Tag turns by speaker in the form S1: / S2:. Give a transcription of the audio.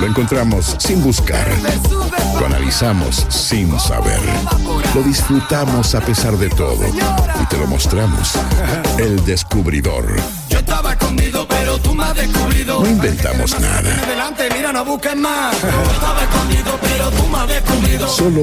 S1: Lo encontramos sin buscar. Lo analizamos sin saber. Lo disfrutamos a pesar de todo. Y te lo mostramos. El descubridor.
S2: Yo estaba escondido, pero tú me has descubrido.
S1: No inventamos nada.
S2: Delante, mira, no busques más. Yo estaba escondido, pero tú me has descubrido.
S1: Solo